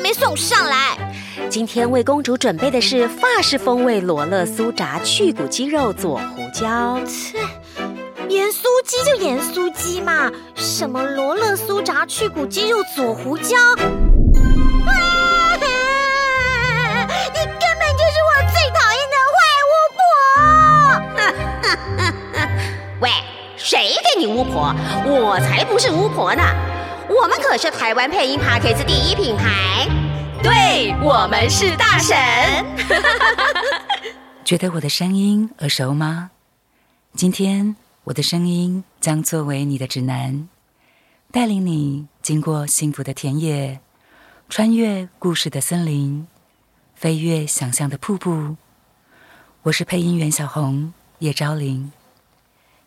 没送上来？今天为公主准备的是法式风味罗勒酥炸去骨鸡肉佐胡椒。切，盐酥鸡就盐酥鸡嘛，什么罗勒酥炸去骨鸡肉佐胡椒？啊！你根本就是我最讨厌的坏巫婆！喂，谁给你巫婆？我才不是巫婆呢！我们可是台湾配音 p a c k a g e 第一品牌，对我们是大神。觉得我的声音耳熟吗？今天我的声音将作为你的指南，带领你经过幸福的田野，穿越故事的森林，飞越想象的瀑布。我是配音员小红叶昭玲。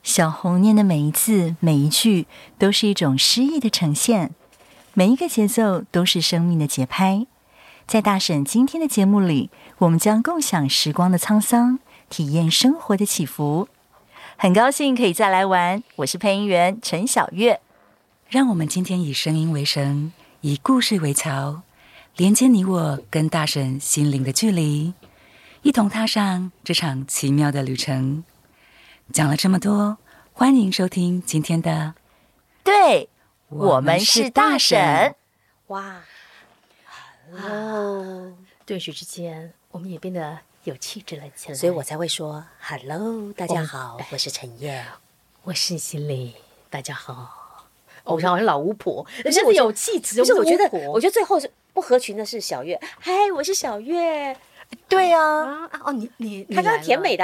小红念的每一字每一句都是一种诗意的呈现，每一个节奏都是生命的节拍。在大婶今天的节目里，我们将共享时光的沧桑，体验生活的起伏。很高兴可以再来玩，我是配音员陈小月。让我们今天以声音为绳，以故事为桥，连接你我跟大神心灵的距离，一同踏上这场奇妙的旅程。讲了这么多，欢迎收听今天的对，我们是大婶。哇，哦，顿时之间，我们也变得有气质了起来。所以我才会说 “Hello，大家好，我是陈燕。我是心里，大家好，偶像好像老巫婆，真的有气质。哦不是，我觉得巫，婆我觉得最后是不合群的是小月。嗨，我是小月，对啊，啊啊哦，你你她刚刚甜美的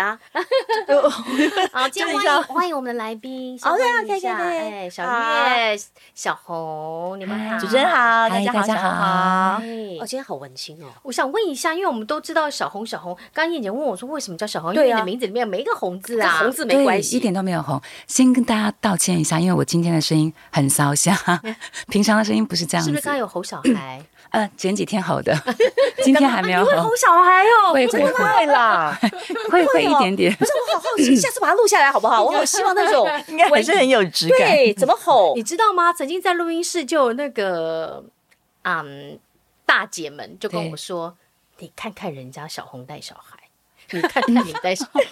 的啊， 好，今天欢真的迎要欢迎我们的来宾。哦对啊先欢迎一下可以可以可以哎，小好哎月、小红，你们好，哎主持人。好，大嗨家好，大家小红好好。哦，今天好温馨哦。我想问一下，因为我们都知道小红，小红。刚刚燕姐问我说，为什么叫小红？因对为啊你的名字里面没一个红字跟啊，红字没对，关系，一点都没有红。先跟大家道歉一下，因为我今天的声音很 烧香，平常的声音不是这样是子。不是刚刚有吼小 孩？呃，前几 天吼的，今天还没啊有吼，小孩哦会会会对啦，会会一点点。不是，我好好 奇，下次把它录下来好不好？我好希望那 种应该还是很有质嗯感。对怎么吼你，知道吗？曾经在录音室就有那个，嗯，大姐们就跟对我说：“你看看人家小红带小孩，你看看你带小孩，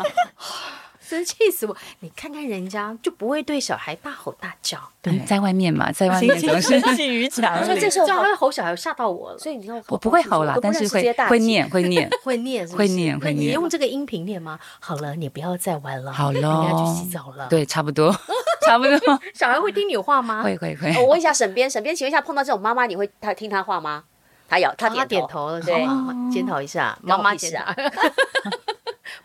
真气死我！你看看人家就不会对小孩大吼大叫，嗯在外面嘛，在外面总是气于墙所以这时候这样会吼小孩吓到我了。所以你看，我不会吼啦我，不但认识是这些会大会姐念 会念。会念是不是，会念那会你念用这个音频念吗？好了，你不要再玩了，好你要去咯洗澡了。，对，差不多，差不 多，小孩会听你话吗？会会会。哦我问一下沈编，沈编，请问一下，碰到这种妈妈，你会她听她话吗？她摇，她好他点点，头了，对好好好检讨一下，关妈我妈屁检事啊讨。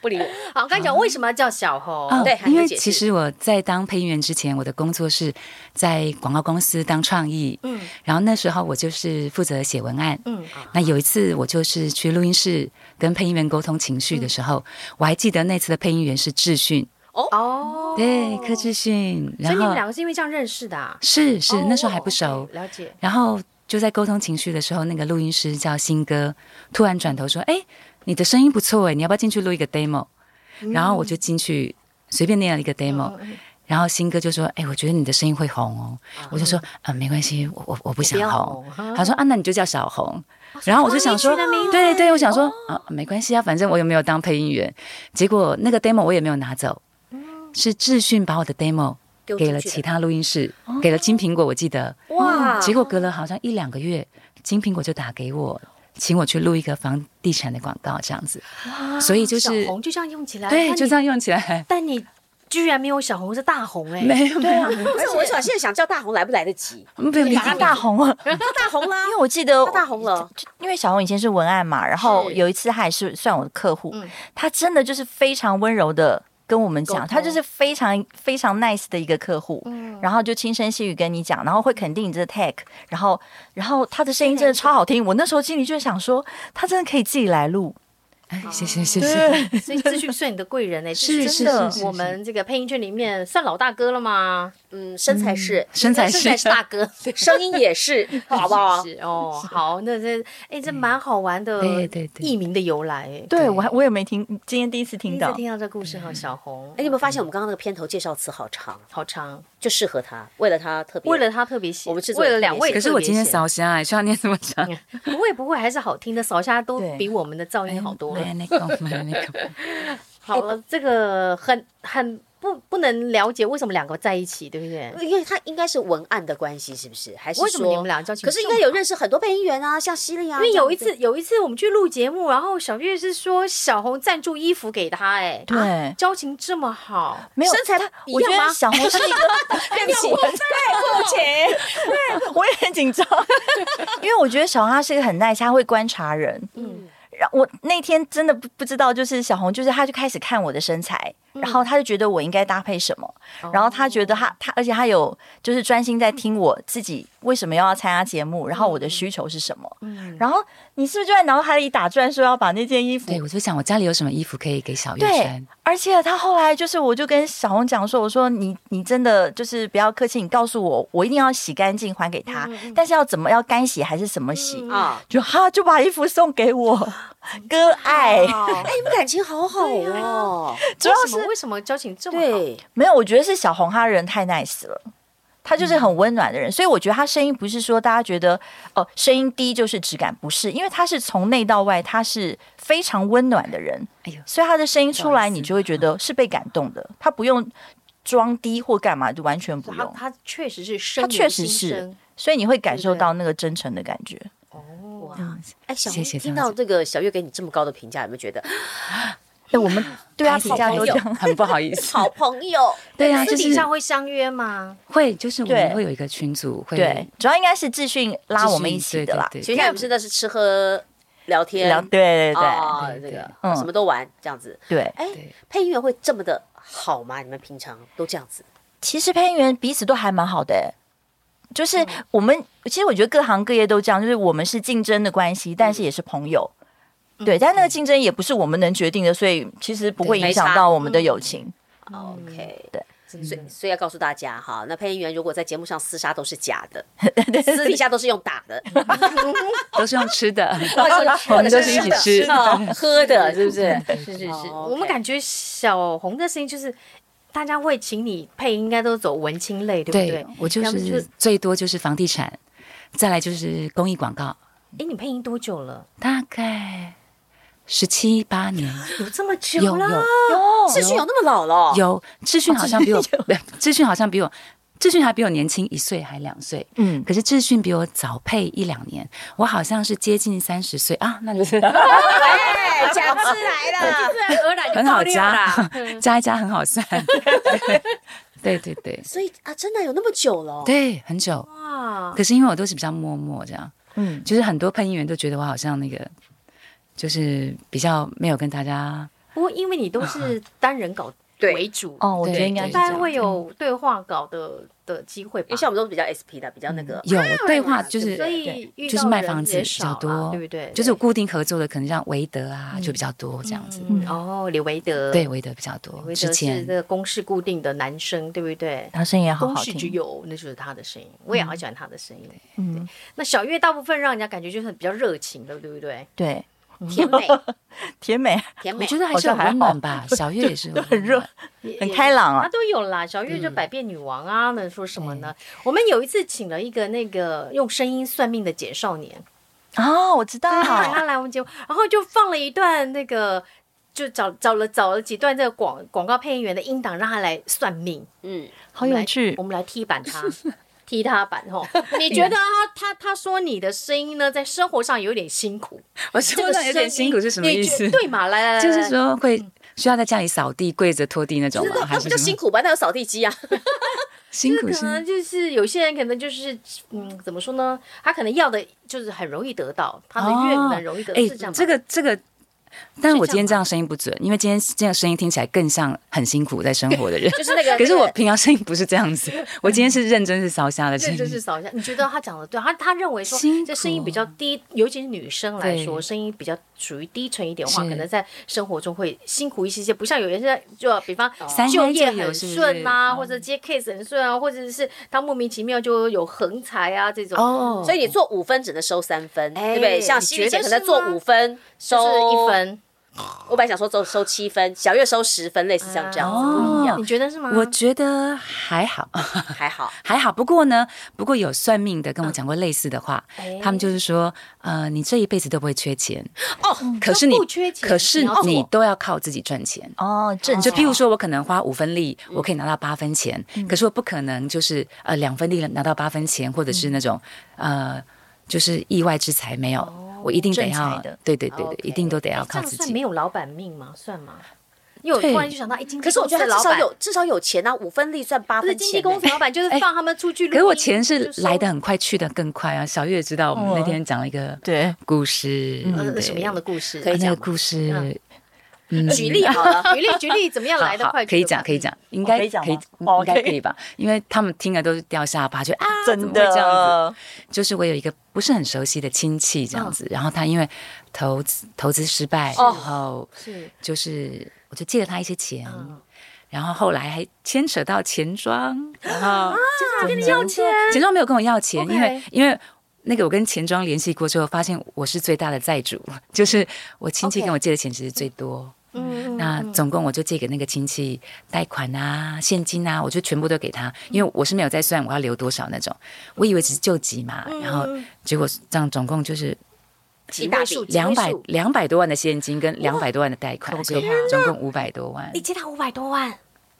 不理我。好，我刚才讲为什么要叫小红？哦对还没因为解释其实我在当配音员之前，我的工作是在广告公司当创意，嗯然后那时候我就是负责写文案。嗯，那有一次我就是去录音室跟配音员沟通情绪的时候，嗯我还记得那次的配音员是志训，哦，对，柯志训，所以然你们后两个是因为这样认识的啊？是是、哦那时候还不熟， ，OK，了解。然后就在沟通情绪的时候，那个录音师叫新哥，突然转头说：“哎，你的声音不错哎，你要不要进去录一个 demo？” 嗯然后我就进去随便念了一个 demo，、然后新哥就说：“哎，我觉得你的声音会红哦。我就说：“啊、没关系，我我我不想嗯不要红。红哦他说：“啊，那你就叫小红。”然后我就想说，对对对，我想说、啊，没关系啊，反正我又没有当配音员。结果那个 demo 我也没有拿走，嗯是志训把我的 demo 丢出给了去其他录音室，给了金苹果，我记得。嗯哇结果隔了好像一两个月，金苹果就打给我，请我去录一个房地产的广告，这样子。所以啊就是小红就这样用起来，对，但就你这。样用起来。但你居然没有小红是大红哎，没有没有，不是，我想现在想叫大红来不来得及？没有没有马上大 红了，她大红啦因为，我记得她大红了，因为小红以前是文案嘛，然后是有一次她也是算我的客户，嗯她真的就是非常温柔的跟我们沟讲，通嗯她就是非常非常 nice 的一个客户，然后就轻声细语跟你讲，然后会肯定你这个 tag，然后然后她的声音真的超好听，我那时候心里就想说，她真的可以自己来录，哎，谢谢谢谢， 所以资讯算你的贵人哎，是这是真的是是我们这个配音圈里面算老大哥了吗？嗯，身材是身材是身材是大哥，声音也是， 好不好？是哦，好，那这哎，这蛮好玩的，对对对艺名的由来，哎，对我还我也没听，今天第一次第听一次到。听到嗯这故事哈，小红哎，，你有没有发现我们刚刚那个片头介绍词好长，好长，就适合他，为了他特别，为了他特别写，我们制作为了两位，特别可是我今天，扫瞎 哎，需要念这么长。 不会不会，还是好听的，扫下都对比我们的噪音好多了哎。那个哎那个好了，这个很很不不能了解为什么两个在一起，对不对？因为他应该是文案的关系，是不是？还是为什么说你们俩叫情可是应该有认识很多配音员啊，像犀利啊，因为有一这样次，有一次我们去录节目，然后小月是说小红赞助衣服给她、哎，对啊交情这么好，没有身材一我觉样吗得？小红是一个，哎对不起， 对不起，我也很紧张， 因为我觉得小红她是一个很 nice，她会观察人。嗯，然后我那天真的不不知道，就是小红，就是她就开始看我的身材，然后她就觉得我应该搭配什么，然后她觉得她她，而且她有就是专心在听我自己为什么要参加节目，然后我的需求是什么。嗯然后你是不是就在脑海里打转，说要把那件衣服 对，我就想我家里有什么衣服可以给小月对穿。，而且他后来就是，我就跟小红讲说，我说你你真的就是不要客气，你告诉我，我一定要洗干净还给他，但是要怎么要干洗还是什么洗， 啊，就他就把衣服送给我，割爱。啊哎，你们感情好好哦， 主要哦为什么是为什么交情这么好？对，没有，我觉得是小红她人太 nice 了。她就是嗯很温暖的人，所以我觉得她声音不是说大家觉得哦、声音低就是质感，不是，因为她是从内到外，她是非常温暖的人。哎呦所以他的声音出不好来，意思嗯你就会觉得是被感动的，他不用装低或干嘛，就完全不他用。他确实是深，他确实是，所以你会感受到那个真诚的感觉。哦，哎，小谢红谢听张到姐这个小月给你这么高的评价，有没有觉得对，我们对他评价好都朋这友样。很不好意思。好朋 友？对啊，私就底是下会相约吗？会，就是我对们会有一个群组会对，主要应该是志训拉我们一继续起的啦。对对学校也不是那是吃喝聊天，聊对对对哦对这对个嗯什么都玩这样子。对，哎对，配音员会这么的好吗？你们平常都这样子？其实配音员彼此都还蛮好的、欸，就是我们、其实我觉得各行各业都这样，就是我们是竞争的关系，但是也是朋友。对，但那个竞争也不是我们能决定的，所以其实不会对没影响差到我们的友情。 OK，对，所以所以要告诉大家哈，那配音员如果在节目上厮杀都是假的，私底下都是用打的，对都是用吃的，我们都是一起吃哦喝的，是不是？是是是，哦我们 OK 感觉小红的声音就是。大家会请你配，应该都走文青类，对不对？我就要么就是最多就是房地产，再来就是公益广告，哎，你配音多久了？大概十七八 年，有这么久有了？ 哦有志勋有那么老了？有，志训好像比我， 志训好像比我，志训还比我年轻一岁还两岁，嗯，可是志训比我早配一两年，我好像是接近三十岁啊， 那就是哎，讲出来了。自然而啊然就很爆好料啦。 嗯加，加一加很好算， 对对对所以啊，真的有那么久了？对，很久。哇，可是因为我都是比较默默这样，嗯嗯，就是很多配音员都觉得我好像那个，就是比较没有跟大家不过因为你都是单人稿对为主，哦，我觉得 对应该对是一这样般会嗯有对话稿的的机会因为吧。像我们都是比较 SP 的，比较那个。有对话，就所是以遇到就是卖房子人也比较少多，啊对不对？就是有固定合作的，可能像维德啊，就比较多这样子。嗯哦，李维德，对，，维德比较李多。维之德是前这个公式固定的男生，对不对？他声音也好公好式之听。友，那就是他的声音，我也好喜欢他的声音。嗯，那小月大部分让人家感觉就是比较热情的，对不对？对，甜美，甜美甜美我。觉得还好是有像还温好暖吧，小月也是有很热温暖，很开朗啊，啊。都有啦。小月就百变女王啊，能说什么呢？我们有一次请了一个那个用声音算命的简少年，哦，我知道，他来我们节目，然后就放了一段那个，就找找了找了几段这个广广告配音员的音档，让他来算命，嗯， 好我们有来趣我。们来踢版 他。踢他版吼，你觉得他他他说你的声音呢，在生活上有点辛苦，我说的有点辛苦是什么意你思觉？对嗯嘛？来来 来，就是来说会需要在家里扫地、跪着拖地那种啊吗？那还是不什叫么辛苦吧？那有扫地机啊。辛苦可能是？就是有些人可能就是嗯，怎么说呢？他可能要的就是很容易得到，他的愿能容易得到，哎是这样，吗？这个这个但我今天这样声音不准，因为今天这样声音听起来更像很辛苦在生活的人。 就是那个 可是那个我平常声音不是这样子，我今天 是认真是烧瞎的声认真是音。扫一下，你觉得他讲的对？他他认为说辛苦啊这声音比较低，尤其是女生来说，对声音比较属于低沉一点的话，是可能在生活中会辛苦一些些，不像有人在就比方三就观业就有很是不是顺啊，嗯或者接 case 很顺啊，或者是他莫名其妙就有横财啊这种。哦所以你做五分只能收三分，对哎不对？像你西觉雨得姐可能是做吗五分就是收一，分，我本来想说收收七分，小月收十分，类似像这样子，不一样，你觉得是吗？哦我觉得还好， 还好。还好。不过呢，不过有算命的跟嗯我讲过类似的话，哎他们就是说，呃，你这一辈子都不会缺钱哦，可是你不缺钱可是你要做你都要靠自己赚钱。哦，正就确譬如说，我可能花五分力，嗯我可以拿到八分钱，可是我不可能就是呃两分力拿到八分钱，或者嗯是那种、呃就是意外之财没有，哦我一定得正要财的对对对对 OK 一定都得要哎这靠样自算没己。有老板命吗？算吗？因为我对突然就想到，哎，经纪可是我觉得公他至司少的老板有至少有钱啊，五分利赚八不是分经纪钱公司呢。老板，就是放他们出去哎录可音。是我钱是就收来的很快，去的更快啊！小月也知道，我们那天讲了一个对故事，呃对啊什么样的故事？那个故事，嗯举例好 了， 举例举例，怎么样来的好快？好可以讲，可以。讲，应该可以讲吗应哦应该可以可以吧？因为他们听了都是掉下巴，就啊，怎么真会这样子。的，就是我有一个不是很熟悉的亲戚这样子，然后他因为投资投资失败，然后是就是我就借了他一些钱，然后后来还牵扯到钱庄，然后跟你啊要钱，钱庄没有跟我要钱， OK 因为因为。那个我跟钱庄联系过之后，发现我是最大的债主， 就是我亲戚 OK 跟我借的钱其实最多。嗯，那总共我就借给那个亲戚贷款啊、现金啊，我就全部都给他，因为我是没有在算我要留多少那种，我以为只是救急嘛，嗯然后结果这样总共就是一大笔两百两百多万的现金跟两百多万的贷款，所以总共五百多万你。借他五百多万，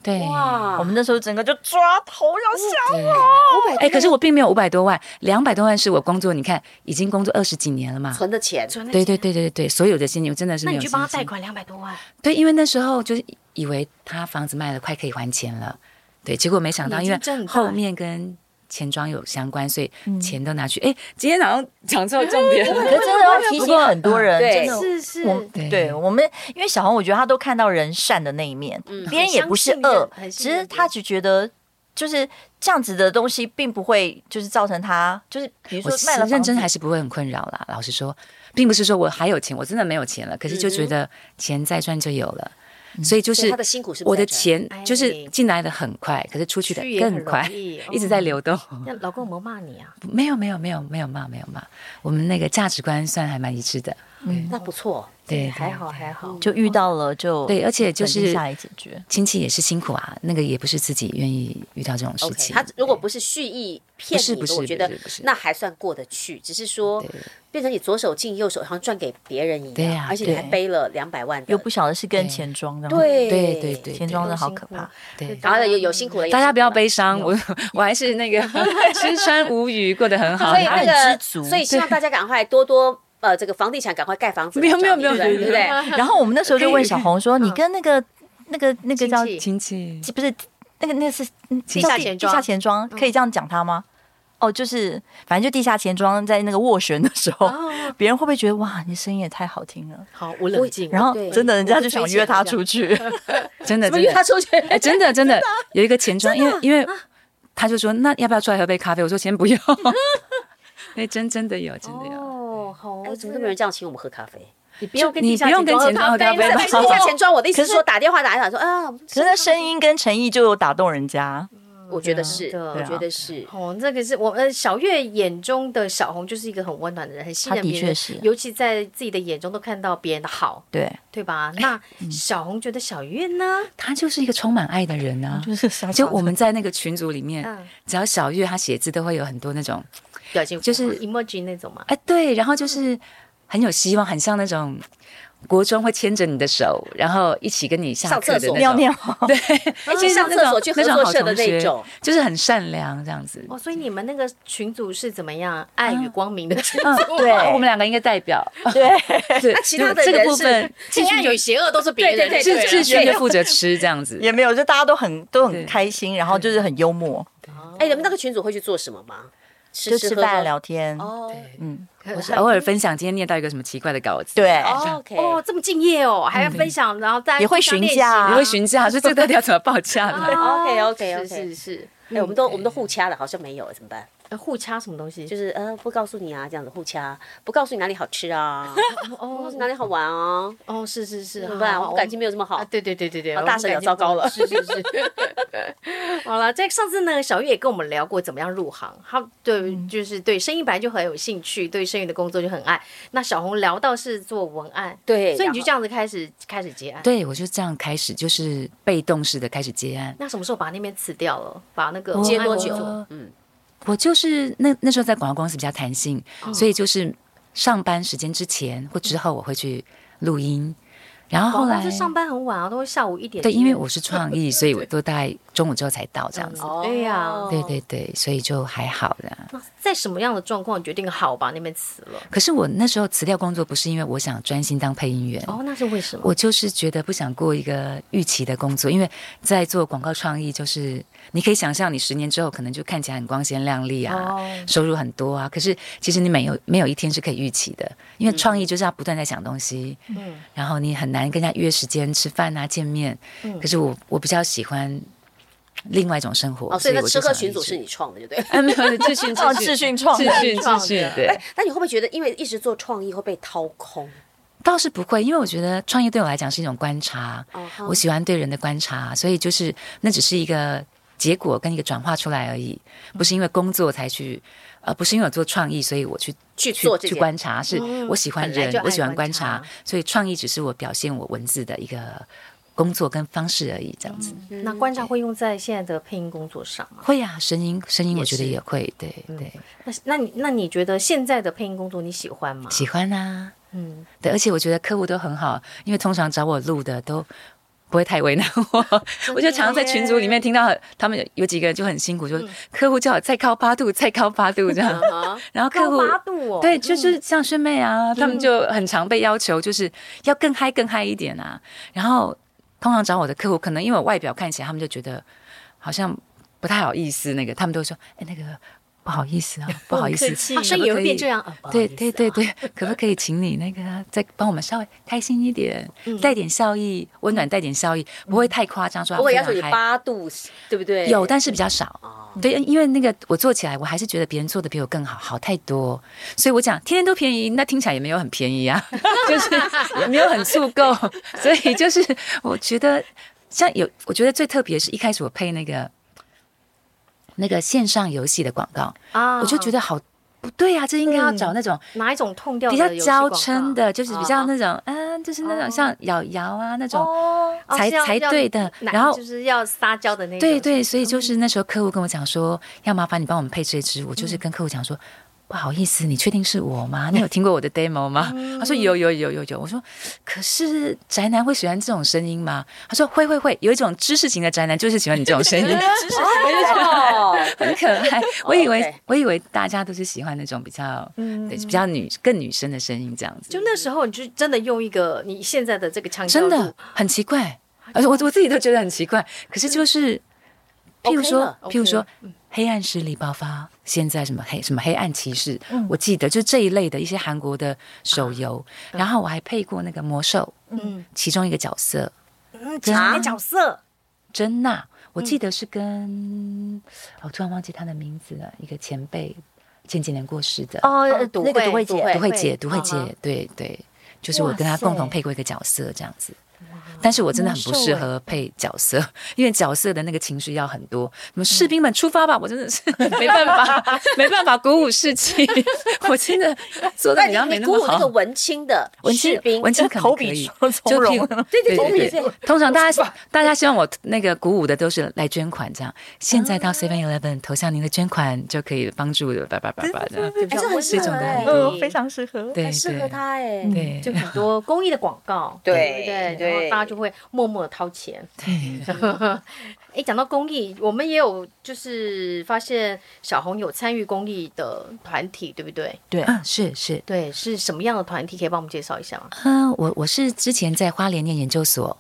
对，哇嗯我，们那时候整个就抓头要下。对，五百哎，可是我并没有五百多万，两百多万是我工作，你看已经工作二十几年了嘛。存的钱，存了对对钱，对对对，所有的现金我真的是那没你有。去帮他贷。款两百多万，对，因为那时候就是以为他房子卖了，快可以还钱了。对，结果没想到，眼因睛为睁很大嗯后面跟钱庄有相关，所以钱都拿去。哎，今天好像讲错重点 可了。是真的要 提醒很多人，对真的是是我对对我们，因为小红，我觉得她都看到人善的那一面，别人也不是恶嗯很相信人，很只信任是她只觉得就是这样子的东西，并不会就是造成她就是比如我说其卖实了认真还是是不会很困扰啦。老实说，并不是说我还有钱，我真的没有钱了，可是就觉得钱再赚就有了。所以就所以是他的辛苦是不我在的这儿钱哎，就是进来的很快，可是出去的去也很更快容易，一直在流动。那老公有没有骂你啊？没有没有没有没有骂没有骂，我们那个价值观算还蛮一致的。那不错。对，对还好还好，就遇到了就对，而且就冷静是下来解决。亲戚也是辛苦啊，那个也不是自己愿意遇到这种事 OK，情。他如果不是蓄意骗不是你不的，是我觉得不是不是那还算过得去。只是说对变成你左手进右手，好像赚给别人一对样呀，而且你还对背了两百万的又不晓得是跟钱庄这样，对对对对，钱对庄真的好可怕。对然后有有辛苦了，有大辛家苦不要了。悲伤，我我 还是那个吃穿无语，过得很好所。以那很个，知足所以希望大家赶快多多呃，这个房地产赶快盖房子来没有找你，没有没有对不对对不对？然后我们那时候就问小 红说：“你跟那个那个那个叫亲戚亲戚不是那个那个是嗯地叫下地钱地庄下钱庄可以这样讲他吗？哦，就是反正就地下钱庄在那个斡旋的时候，别人会不会觉得哇，你声音也太好听了？好，我冷静。然后对真的人家就想约他我就出去，真的怎么真约他的出去？啊哎，真的真的有一个钱庄，因为因为他就说那要不要出来喝杯咖啡？我说先不用。 对，真真的有，真的有。哦，好哎，，怎么都没有人这样请我们喝咖啡？你不用跟地你下不用跟钱钱庄庄喝咖啡了吧但是地下钱庄，我的意思是说打电话打一打说啊，可是那声音跟诚意就有打动人家。我觉得是，对啊我觉得是。哦，这个是我呃小月眼中的小红，就是一个很温暖的人，很信任她的别人，确是尤其在自己的眼中都看到别人的好，对，对吧？那小红觉得小月呢？他就是一个充满爱的人啊，嗯就是想就我们在那个群组里面嗯，只要小月她写字都会有很多那种表情符号就是 emoji 那种嘛。哎，对，然后就是很有希望，很像那种国中会牵着你的手，然后一起跟你下上课厕的所那尿种，尿， 对，去上厕所去合作社的那种，就是很善良这样子。哦，所以你们那个群组是怎么样？爱与光明的群嗯， 组，对，我们两个应该代表。 对，那其他的这个人部是分黑暗与邪恶都是别人的。对对志志轩就负责吃这样 子。也没有，就大家都很都很对开心，然后就是很幽默。哎，你们那个群主会去做什么吗？就吃喝吃喝饭聊天。哦，嗯，我是偶尔分享今天念到一个什么奇怪的稿子，，对，哦 OK，哦，这么敬业哦，还要分享，然后大家也会互相询练习啊哦价你会询价，说这个到底要怎么报价 呢？ OK OK 是 OK，是是，哎，我们都我们都互掐了，好像没有怎么办？呃互掐什么东西？就是是呃，不告诉你啊，这样子互掐，不告诉你哪里好吃啊，不告哦诉你哪里好玩啊，哦，是是是，怎么办？好我们感情没有这么啊，好。对对对对对，啊我大们婶感也情糟不好糕了是是是。 好了，在上次呢，小玉也跟我们聊过怎么样入行，她对嗯就是对生意本来就很有兴趣，对生意的工作就很爱。那小红聊到是做文案，对所以然你就后这样子开始开始接案。对，我就这样开始，就是被动式的开始接案。那什么时候把那边辞掉了？把那个我文接案多工久作？嗯，我就是那那时候在广告公司比较弹性，嗯所以就是上班时间之前或之后我会去录音，然后后广告来哦是上班很晚啊，都会下午一点。对，因为我是创意，所以我都大概中午之后才到这样子。哦对呀对对对，所以就还好的。那在什么样的状况决定好把那边辞了？可是我那时候辞掉工作，不是因为我想专心当配音员，哦，那是为什么？我就是觉得不想过一个预期的工作，因为在做广告创意，就是你可以想象你十年之后可能就看起来很光鲜亮丽啊，哦收入很多啊，可是其实你没有没有一天是可以预期的，因为创意就是要不断在想东西，嗯，然后你很难跟人家约时间吃饭啊见面。嗯可是我我比较喜欢另外一种生活，哦，所以那我吃就喝想群一组直是你创的，就对。 啊，没有资讯哦，智讯创资讯资讯，对，那你会不会觉得，因为一直做创意会被掏空？倒是不会，因为我觉得创业对我来讲是一种观察哦哈我喜欢对人的观察，所以就是那只是一个结果跟一个转化出来而已，不是因为工作才去，呃，不是因为我做创意，所以我去去去做这去件观察，是我喜欢本来就人爱，我喜欢观观察，察所以创意只是我表现我文字的一个工作跟方式而已，这样子。那观嗯察会用在现在的配音工作上吗？会呀、声音声音我觉得也会，对对，那那你那你觉得现在的配音工作你喜欢吗？喜欢啊。嗯，对，而且我觉得客户都很好，因为通常找我录的都不会太为难我。我就常常在群组里面听到他们有有几个人就很辛苦，就是客户叫我再靠八度，再靠八度这 样。然后客户高八度哦，对，就是像轩妹啊，他们就很常被要求就是要更嗨更嗨一点啊。然后通常找我的客户，可能因为我外表看起来，他们就觉得好像不太好意思，那个他们都会说，哎，那个不好意思啊，不好意思，啊声音也会变这样。啊对对，对对，可不可以请你那个再帮我们稍微开心一点，带点笑意，温暖带点笑意，不会太夸张，说不过要求非你常嗨八度，对不对？有，但是比较少。 哦对，因为那个我做起来，我还是觉得别人做的比我更好，好太多。所以我讲天天都便宜，那听起来也没有很便宜啊， 就是也没有很足够。所以就是我觉得，像有，我觉得最特别是一开始我配那个那个线上游戏的广告，啊我就觉得好不对啊，这应该要找那种。哪一种痛调比的较游戏娇广告嗔的，就是比啊较啊那种，嗯，就是那种像瑶瑶啊那种哦才是要才要对的哪然后就是要撒娇的那种，对对，所以就是那时候客户跟我讲说，要麻烦你帮我们配这支，我就是跟客户讲说。不好意思，你确定是我吗？你有听过我的 demo 吗？他说有有有有有。我说，可是宅男会喜欢这种声音吗？他说会会会，有一种知识型的宅男就是喜欢你这种声音，哦，很可爱。我以为、 OK 我以为大家都是喜欢那种比较、对比较女更女生的声音这样子。就那时候你就真的用一个你现在的这个腔调真录，的很奇怪，而且我我自己都觉得很奇怪。可是就是，譬如 OK 说了，譬，OK 嗯如说了，黑暗势力爆发，现在什么黑什么黑暗骑士，嗯我记得就这一类的一些韩国的手游，然后我还配过那个魔兽，啊嗯其中一个角色嗯，真假的角色珍娜，我记得是跟哦我突然忘记她的名字了，一个前辈，前几年过世的，哦，哦呃读那个会读读慧姐，会都会姐，都嗯会啊姐，对对，就是我哇跟她共同塞配过一个角色这样子。但是我真的很不哎适合配角色，因为角色的那个情绪要很多。什嗯么士兵们出发吧，我真的是没办法，没办法鼓舞士气。 我 真的做到但比较你没你那鼓么舞那个好。文青的文士青兵，文青可能口可笔以说从就容譬如对对从容对对通常大家大家希望我那个鼓舞的都是来捐款这样。现在啊到 Seven Eleven 投下您的捐款就可以帮助叭叭叭叭的。对不哎对这很适合哎 嗯，非常适合。对很适合对他哎。对，就很多公益的广告，对不对，对然后大家就会默默的掏钱。 哎，讲到公益，我们也有就是发现小红有参与公益的团体，对不对？对，啊是是。对，啊是什么样的团体？可以帮我们介绍一下吗？嗯，我我是之前在花莲念研究所，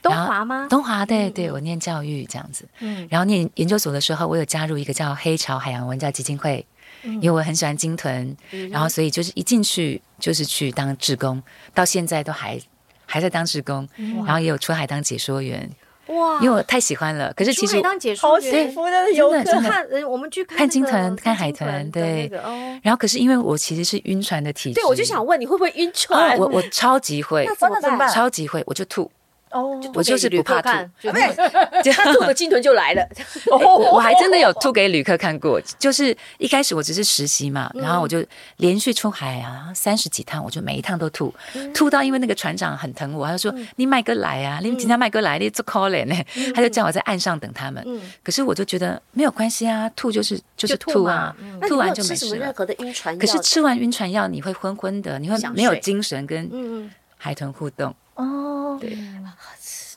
东然后华吗东华，对对，我念教育这样子。嗯然后念研究所的时候，我有加入一个叫黑潮海洋文教基金会，嗯因为我很喜欢鲸豚，然后所以就是一进去就是去当志工，到现在都还还在当志工，然后也有出海当解说员，嗯哇因为我太喜欢了。可是其出实海当解说员，福的真的真的看呃我们去看看那鲸个豚看海鲸豚豚的那对个哦然后可是因为我其实是晕船的体质，对，我就想问你会不会晕哦船？我我超级会，那怎么那怎么办办？超级会，我就吐，哦，我就是不怕吐。吐给旅客看，就他 吐的鲸豚就来了。我我还真的有 吐给旅客看过，就是一开始我只是实习嘛，嗯然后我就连续出海啊三十几趟，我就每一趟都吐，嗯吐到因为那个船长很疼我，他就说、你麦哥来啊，你今天麦哥来，你做嗯 c a l l i 呢， 他就叫我在岸上等他们。可是我就觉得没有关系啊，吐就是就是就吐吐啊，那吐你没完有就吃没什事么任了。何的晕船药？可是吃完晕船药，你会昏昏的，你会想没有睡精神，跟嗯，嗯，海豚互动。哦，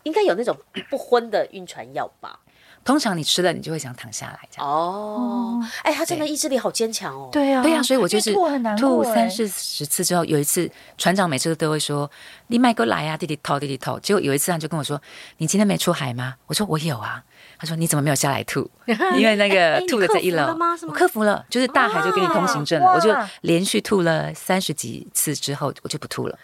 应该有那种不昏的晕船药吧？通常你吃了，你就会想躺下来这样。哦，哎，他真的意志力好坚强哦。对啊，对呀、所以我就是因为吐很难吐过哎三四十次之后，有一次船长每次都会说：“你麦哥来呀、啊，弟弟头，弟弟头。”结果有一次他就跟我说：“你今天没出海吗？”我说：“我有啊。”他说：“你怎么没有下来吐？因为那哎个哎吐的在一你克服楼了吗是，吗我克服了，就是大海就给你通行证了。哇我就连续吐了三十几次之后，我就不吐了。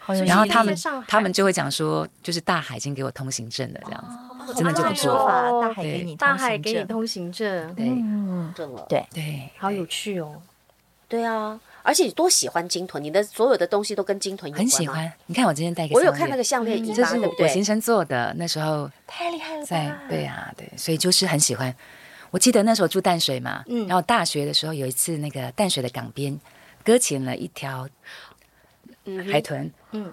好有然后意思他们在上海他们就会讲说，就是大海已经给我通行证了，这样子。哦真的就不错好棒哦哦大海给你，大海给你通通行 证，对、行证，真了。对，对，好有趣 哦。对啊，而且你多喜欢鲸豚，你的所有的东西都跟鲸豚有关。啊很喜。欢。你看我今天带一个我有项看那链个项链，一嗯这拉，是对我不我先对？生做的，那时候。太厉害了吧，在对啊，对，所以就是很喜欢。我记得那时候住淡水嘛，嗯然后大学的时候有一次，那个淡水的港边搁浅了一条海豚，嗯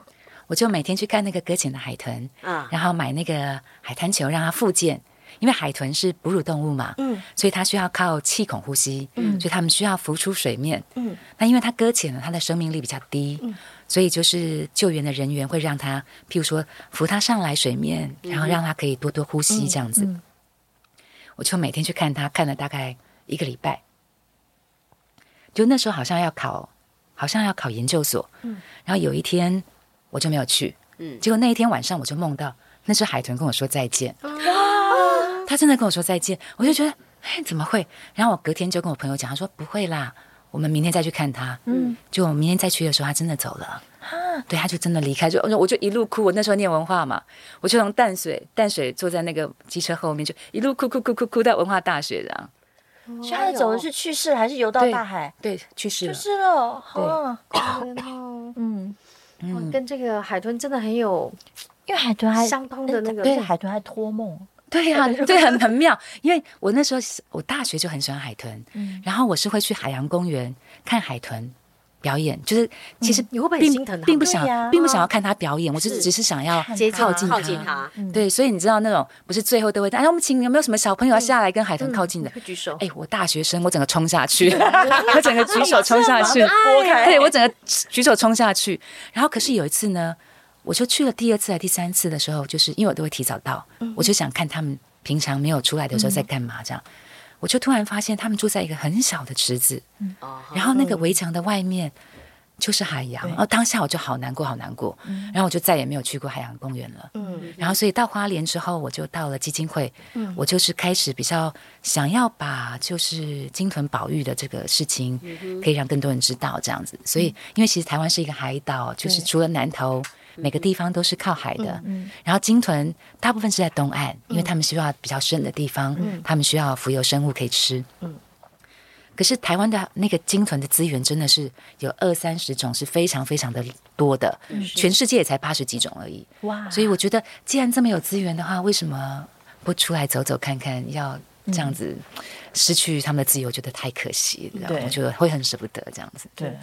我就每天去看那个搁浅的海豚，啊，然后买那个海滩球让它复健，因为海豚是哺乳动物嘛，嗯所以它需要靠气孔呼吸，所以它们需要浮出水面，嗯那因为它搁浅了，它的生命力比较低，所以就是救援的人员会让它，譬如说扶它上来水面，嗯然后让它可以多多呼吸这样子。我就每天去看它，看了大概一个礼拜。就那时候好像要考，好像要考研究所，然后有一天我就没有去，嗯结果那一天晚上我就梦到那只海豚跟我说再见， 他真的跟我说再见，我就觉得哎怎么会？然后我隔天就跟我朋友讲，他说不会啦，我们明天再去看他。嗯，就我们明天再去的时候，他真的走了。对，他就真的离开，就我就一路哭。我那时候念文化嘛，我就从淡水淡水坐在那个机车后面，就一路哭哭哭哭哭到文化大学这样。所以他的走的是去世还是游到对大海？对，去世去了。世了，好啊，天哦，嗯，哇跟这个海豚真的很有因为海豚还哎相通的那个对海豚还托梦，对 呀、对，很很妙。因为我那时候是我大学就很喜欢海豚，嗯然后我是会去海洋公园看海豚表演，就是其实并、嗯你会不会很心疼他并不对想、呀并不想要看他表演，我就是只是想要接近靠他近靠近它，对，所以你知道那种不是最后都会，哎，我们请有没有什么小朋友要下来跟嗯海豚靠近的？会举手哎、我大学生，我整个冲下去，我整个举手冲下去，对我整个举手冲下去。然后可是有一次呢，我就去了第二次还是第三次的时候，就是因为我都会提早到，我就想看他们平常没有出来的时候在干嘛这样。我就突然发现他们住在一个很小的池子，哦然后那个围墙的外面就是海洋，然后当下我就好难过，好难过，然后我就再也没有去过海洋公园了。嗯然后所以到花莲之后，我就到了基金会，我就是开始比较想要把就是鲸豚保育的这个事情，可以让更多人知道这样子。所以因为其实台湾是一个海岛，就是除了南投。每个地方都是靠海的，然后鲸豚大部分是在东岸，因为他们需要比较深的地方，他们需要浮游生物可以吃。可是台湾的那个鲸豚的资源真的是有二三十种，是非常非常的多的，全世界也才八十几种而已。啊哇，所以我觉得，既然这么有资源的话，为什么不出来走走看看？要这样子嗯失去他们的自由，我觉得太可惜了。对我觉得会很舍不得这样子。对，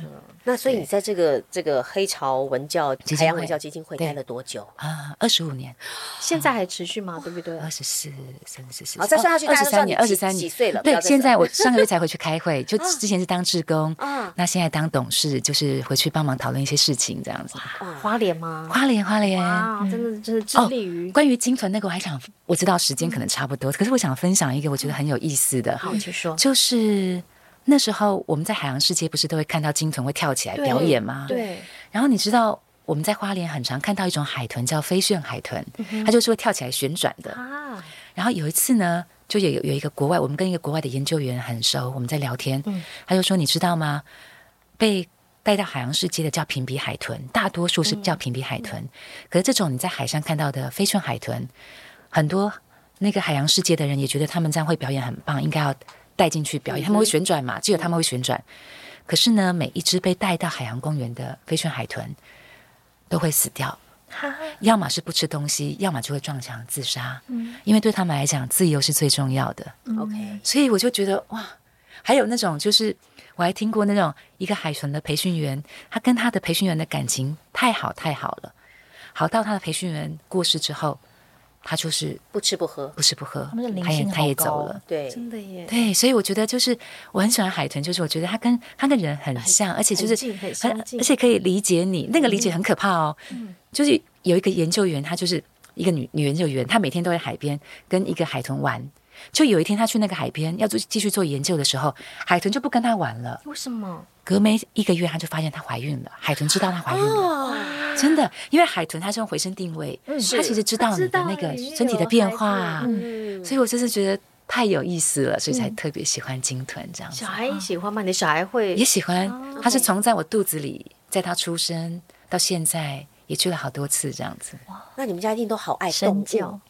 那所以你在这个这个黑潮文教金会海洋文教基金会对待了多久？啊，二十五年，现在还持续吗？对不对？二十四、三十四，哦好再算下去二大十家都知道三你年，几二十三几年岁了不要对，再现算在我上个月才回去开 会，就之前是当志工，啊那现在当董事，就是回去帮忙讨论一些事情这样子。啊花莲吗？花莲，花莲，啊，真的真的致哦力于关于鲸豚那个，我还想我知道时间可能差不多，可是我想分享一个我觉得很有意思的，好，请说。就是那时候我们在海洋世界不是都会看到鲸豚会跳起来表演吗？。对，然后你知道我们在花莲很常看到一种海豚叫飞旋海豚，它就是会跳起来旋转的。啊，然后有一次呢，就有有一个国外，我们跟一个国外的研究员很熟，我们在聊天，他就说：“你知道吗？被带到海洋世界的叫平鼻海豚，大多数是叫平鼻海豚。可是这种你在海上看到的飞旋海豚，很多那个海洋世界的人也觉得他们这样会表演很棒，应该要带进去表演。他们会旋转嘛，只有他们会旋转。可是呢，每一只被带到海洋公园的飞旋海豚都会死掉。”要么是不吃东西，要么就会撞墙自杀。因为对他们来讲，自由是最重要的。 OK，所以我就觉得哇，还有那种就是我还听过那种一个海豚的培训员，他跟他的培训员的感情太好太好了，好到他的培训员过世之后，他就是不吃不喝，不吃不喝他们的，灵他也性好他也高哦走了。对，真的耶，对，所以我觉得就是我很喜欢海豚，就是我觉得它跟它跟人很像，而且就很是近很相近嗯而且可以理解你，那个理解很可怕哦。就是有一个研究员，她就是一个女女研究员，她每天都在海边跟一个海豚玩。就有一天，她去那个海边要做继续做研究的时候，海豚就不跟她玩了。为什么？隔没一个月，她就发现她怀孕了。海豚知道她怀孕了，哦，真的，因为海豚它是用回声定位，它其实知道你的那个身体的变化。嗯，所以我真是觉得太有意思了，所以才特别喜欢鲸豚这样子小。孩也喜欢吗？你的小孩会也喜欢，它是从在我肚子里，在它出生到现在，也去了好多次这样子，那你们家一定都好爱动身物教，，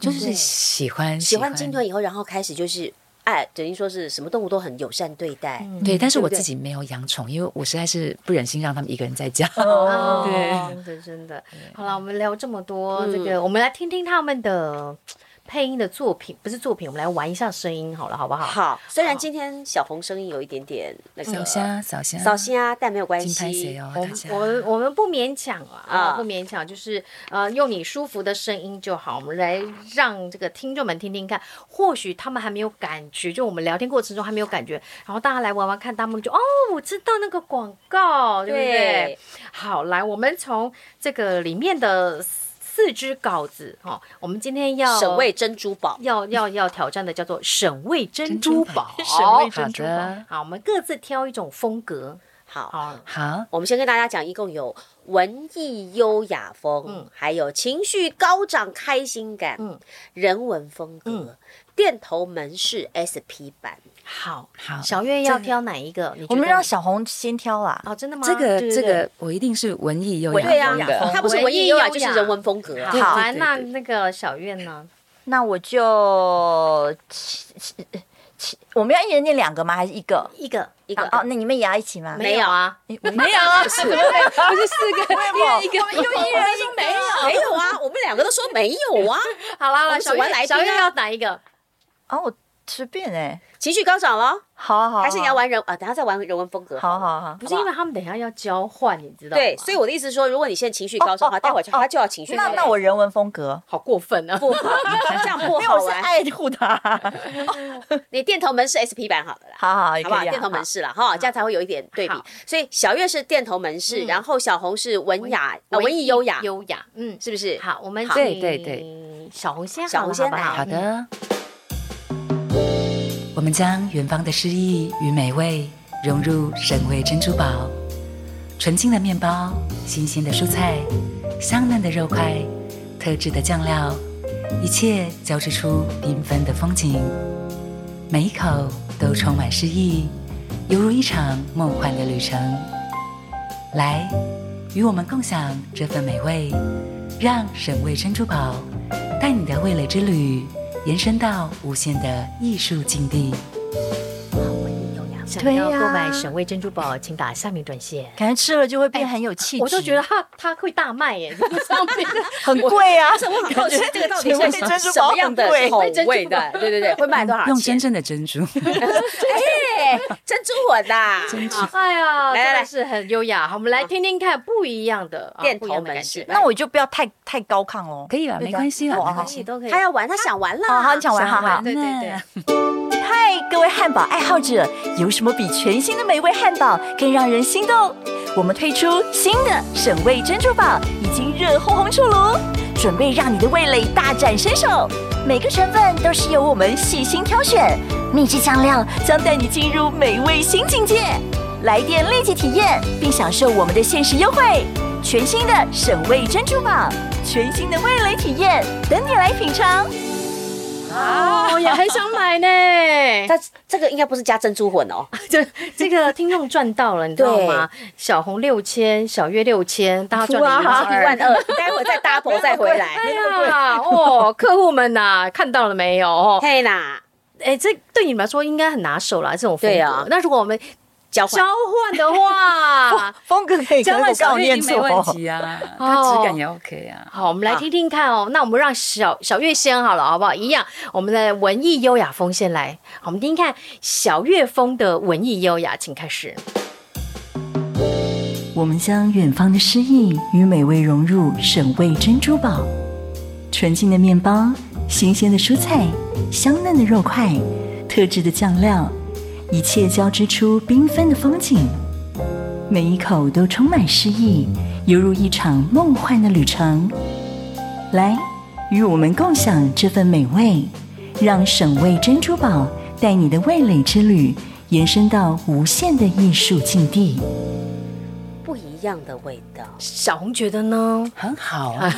就是喜欢喜欢鲸豚以后，然后开始就是爱，等于说是什么动物都很友善对待。嗯对，但是我对不对自己没有养宠，因为我实在是不忍心让他们一个人在家。哦，对真的真的。好了，我们聊这么多，这嗯个我们来听听他们的配音的作品，不是作品，我们来玩一下声音好了，好不好？，好，虽然今天小红声音有一点点那个扫虾，扫虾，扫虾，但没有关嗯金牌系谁。哦？我大们家我们我们不勉强啊，啊啊不勉强，就是呃，用你舒服的声音就好。我们来让这个听众们听听看，或许他们还没有感觉，就我们聊天过程中还没有感觉，然后大家来玩玩看，他们就哦，我知道那个广告，对不对对？好，来，我们从这个里面的四四支稿子哦，我们今天要沈味珍珠宝，要要要挑战的叫做沈味珍珍珠珠宝宝，沈味珍珠宝好的好，我们各自挑一种风格，好，好，好，我们先跟大家讲，一共有文艺优雅风，嗯还有情绪高涨开心感，嗯人文风格，嗯电头门式 SP 版，好。好，小月要挑哪一个？你觉我们得让小红先挑啦。哦，真的吗？这个对对这对个，我一定是文艺有文对雅呀、风啊，的。它不是文艺优雅就是人文风格啊。好好来，对对那对那个小月呢？那我就七七七，我们要一人念两个吗？还是一个？一个一一个、哦，那你们也要一起吗？没有啊，诶我 没有啊，不是四个，一人一个，一人一没有。没有啊，我们两个都说没有啊，好啦，我来们小只玩月来小宾月啊要哪一个？啊，我随便哎，情绪高涨了，好啊好啊，还是你要玩人啊？等下再玩人文风格。好啊？好啊好啊，不是因为他们等一下要交换，你知道吗？对，所以我的意思是说，如果你现在情绪高涨的话，哦哦待会儿就哦他就要情绪高涨。那那我人文风 格，好过分啊！不好，这样不因为我好是玩。爱护他。你电头门式 SP 版好了啦。好好，也好可不好？以啊电头门式了哈，这样才会有一点对比好。所以小月是电头门式，然后小红是文雅呃文艺优雅， 优雅，嗯，是不是？好，我们好对对对请小红先好了，小红先好不好来好，的，我们将远方的诗意与美味融入沈味珍珠堡，纯净的面包、新鲜的蔬菜、香嫩的肉块、特制的酱料，一切交织出缤纷的风景，每一口都充满诗意，犹如一场梦幻的旅程。来，与我们共享这份美味，让沈味珍珠堡带你的味蕾之旅延伸到无限的艺术境地。想对呀要购买沈味珍珠宝，请打下面专线。感觉吃了就会哎变很有气 质，我都觉得他他会大卖 耶，你不知道吗很贵啊。我很好奇 这个到底请问是珍珠什宝么样的很贵口 味的？对对对，会卖多少钱？用真正的珍珠，哎，珍珠我的哎呀，来来真的来是很优雅。好，我们来听听看不一样的啊电不一样头的感门觉式。。那我就不要太太高亢喽。可以吧？没关系啦，哦没好关系。哎都可以他要玩，他啊想玩好啦。好，你讲完，好好。对对对，嗨，各位汉堡爱好者，有什么比全新的美味汉堡更让人心动？我们推出新的沈味珍珠堡，已经热烘烘出炉，准备让你的味蕾大展身手。每个成分都是由我们细心挑选，秘制酱料将带你进入美味新境界。来电立即体验，并享受我们的限时优惠。全新的沈味珍珠堡，全新的味蕾体验，等你来品尝。啊我也很想买呢。它这个应该不是加珍珠混哦， 这这个听众赚到了，你知道吗？小红六千，小月六千，大家赚了一万一二。万二，待会儿再 double 再回来。 哎呀， 哦，客户们呐、看到了没有？哦，嘿啦，哎，这对你们来说应该很拿手啦，这种风对格。啊那如果我们交 交换换的话，风格可以交跟换我小告月念已经没错问哦。题啊，哦它质感也 OK 啊。好，我们来听听看哦。那我们让小小月先好了，好不好？一样，我们的文艺优雅风先来。好，我们听听看小月风的文艺优雅，请开始。我们将远方的诗意与美味融入沈味珍珠堡，纯净的面包、新鲜的蔬菜、香嫩的肉块、特制的酱料，一切交织出缤纷的风景，每一口都充满诗意，犹如一场梦幻的旅程。来，与我们共享这份美味，让沈味珍珠堡带你的味蕾之旅延伸到无限的艺术境地。不一样的味道，小红觉得呢？很好啊，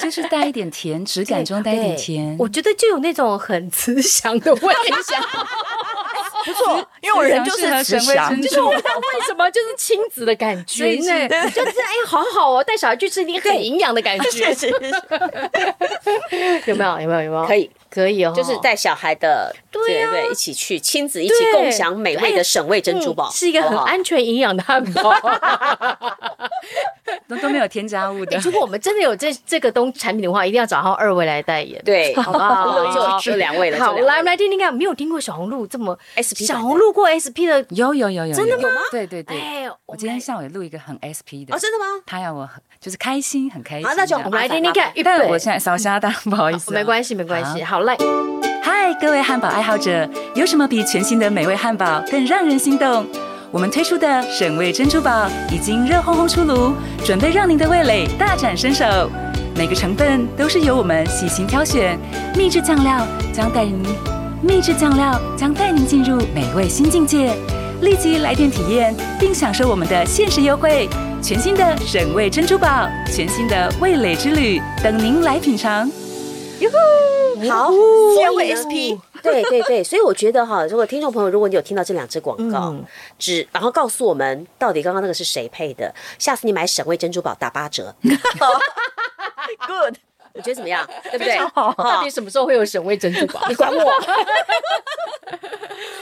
就是带一点甜，质感中带一点甜。我觉得就有那种很慈祥的味道。不错，因为我人就是慈祥，就是我为什么就是亲子的感觉所以呢？就是哎，好好哦，带小孩去吃一定很营养的感觉， 有没有？有没有？有没有？可以，可以哦，就是带小孩的对啊对一起去，亲子一起对共享美味哎的沈味珍珠堡，嗯是一个很好不好安全营养的汉堡。都都没有添加 物的哎，如果我们真的有这这个东产品的话，一定要找他二位来代言。对， 好不好 就就两位了，好，就两来位了我们来听听看，没有听过小红鹿这么 SP 版小的红鹿过 SP 的，有有有有，真的有吗？对对对，哎我今天下午也录一个很 SP 的哦，，真的吗？他要我很就是开心，很开心。好那就这样我们来听听麻看烦，预但我备现在烧瞎大，不好意思啊、没关系，没关系，好来，嗨，各位汉堡爱好者，有什么比全新的美味汉堡更让人心动？我们推出的沈味珍珠堡已经热烘烘出炉，准备让您的味蕾大展身手。每个成分都是由我们细心挑选，秘制酱料将带您秘制酱料将带您进入美味新境界。立即来电体验，并享受我们的限时优惠，全新的沈味珍珠堡，全新的味蕾之旅，等您来品尝。好，所以结呢尾 SP，对对对，所以我觉得哈，如果听众朋友，如果你有听到这两支广告嗯，只然后告诉我们到底刚刚那个是谁配的，下次你买沈味珍珠宝打八 折，Good，你觉得怎么样？对不对？到好底，什么时候会有沈味珍 珠堡？你管 我，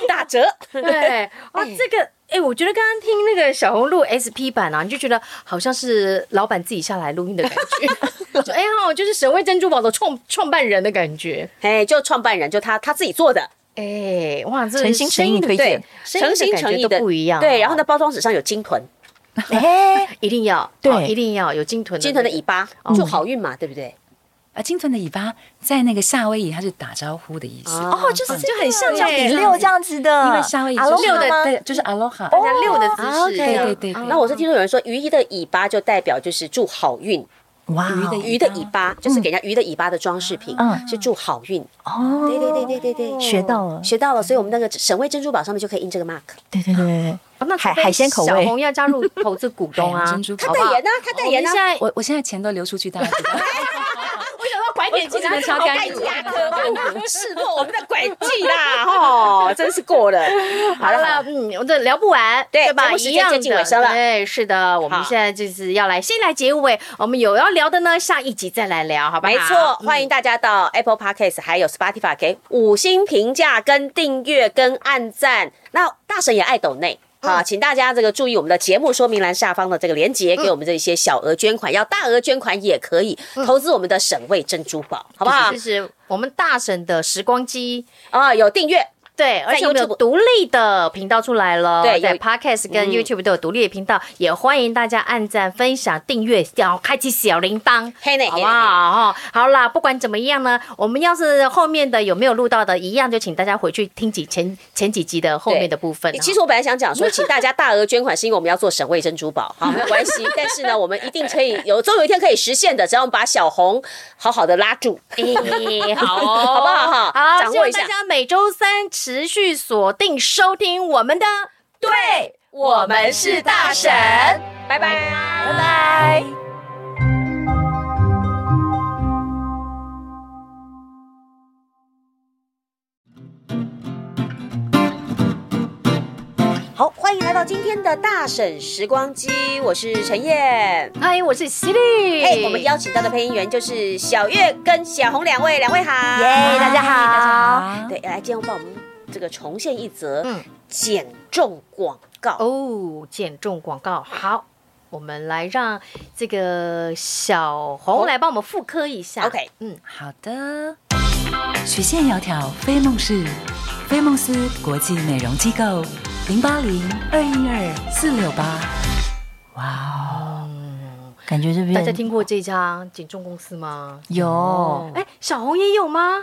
打折，对，哦，这个，哎、我觉得刚刚听那个小红鹿 SP 版啊，你就觉得好像是老板自己下来录音的感觉，就哎哈、我就是神威珍珠宝的创创办人的感觉，哎，就创办人就他他自己做的，哎、哇，这诚心诚意推荐对，诚心诚意的不一样，对，然后呢，，包装纸上有鲸豚，哎，一定要，对哦一定要有鲸豚的鲸那个，豚的尾巴，祝好运嘛，对不对？啊，鲸豚的尾巴在那个夏威夷，它是打招呼的意思。啊哦，就是就很像像比六这样子的，因为夏威夷阿就龙是六的吗？对，就是 aloha，大家溜的姿势，哦，OK 对对对对。那我是听说有人说鱼的尾巴就代表就是祝好运，哇哦，鱼的尾巴就是给人家鱼的尾巴的装饰品，嗯是祝好运。哦，对对对对对对，学到了，学到了，所以我们那个沈味珍珠堡上面就可以印这个 mark。对对对对哦那海除非海鲜口味小红要加入投资股东 啊，海洋珍珠好不好他代言啊他代言啊我们现在哎我我现在钱都流出去，大家 知道我想要拐点进来超干净。识破啊哦我们的诡计啦！哦，真是过了。好了， 嗯，我这聊不完，对节吧？目时间一样的接近尾声了对，是的，我们好现在就是要来先来结尾，我们有要聊的呢，下一集再来聊，好不嗯好？没错，欢迎大家到 Apple Podcast 还有 Spotify 给五星评价、跟订阅、跟按赞。那大神也爱抖内。嗯啊，请大家这个注意我们的节目说明栏下方的这个连接，嗯给我们这些小额捐款，要大额捐款也可以投资我们的沈味珍珠宝，好不好就？嗯是我们大婶的时光机，啊，有订阅，对，而且我们有 YouTube 独立的频道出来了，对在有 Podcast 嗯跟 YouTube 都有独立的频道，也欢迎大家按赞、分享、订阅，然后开启小铃铛。嘿呢好嘿不呢好？哦好啦，不管怎么样呢，我们要是后面的有没有录到的，一样就请大家回去听几前前几集的后面的部分。啊其实我本来想讲说，请大家大额捐款，是因为我们要做沈味珍珠宝， 好，没有关系。但是呢，我们一定可以有，总有一天可以实现的，只要我们把小红好好的拉住。哎 好哦、 好不好哈好，掌希握望一下大家每周三持续锁定收听我们的。对，我们是大神，拜拜拜拜。好，欢迎来到今天的大婶时光机，我是陈燕。嗨，哎我是犀利。哎、我们邀请到的配音员就是小月跟小红两位，两位好，耶哎大家好啊大家好。对，来，今天帮我们这个重现一则嗯减重广告。哦，减重广告好。我们来让这个小红来帮我们复刻一下。 OK 嗯，好的。曲线窈窕飞梦市，飞梦思国际美容机构，零八零二一二四六八。哇哦，感觉这边大家听过这家减重公司吗？有哎，小红也有吗？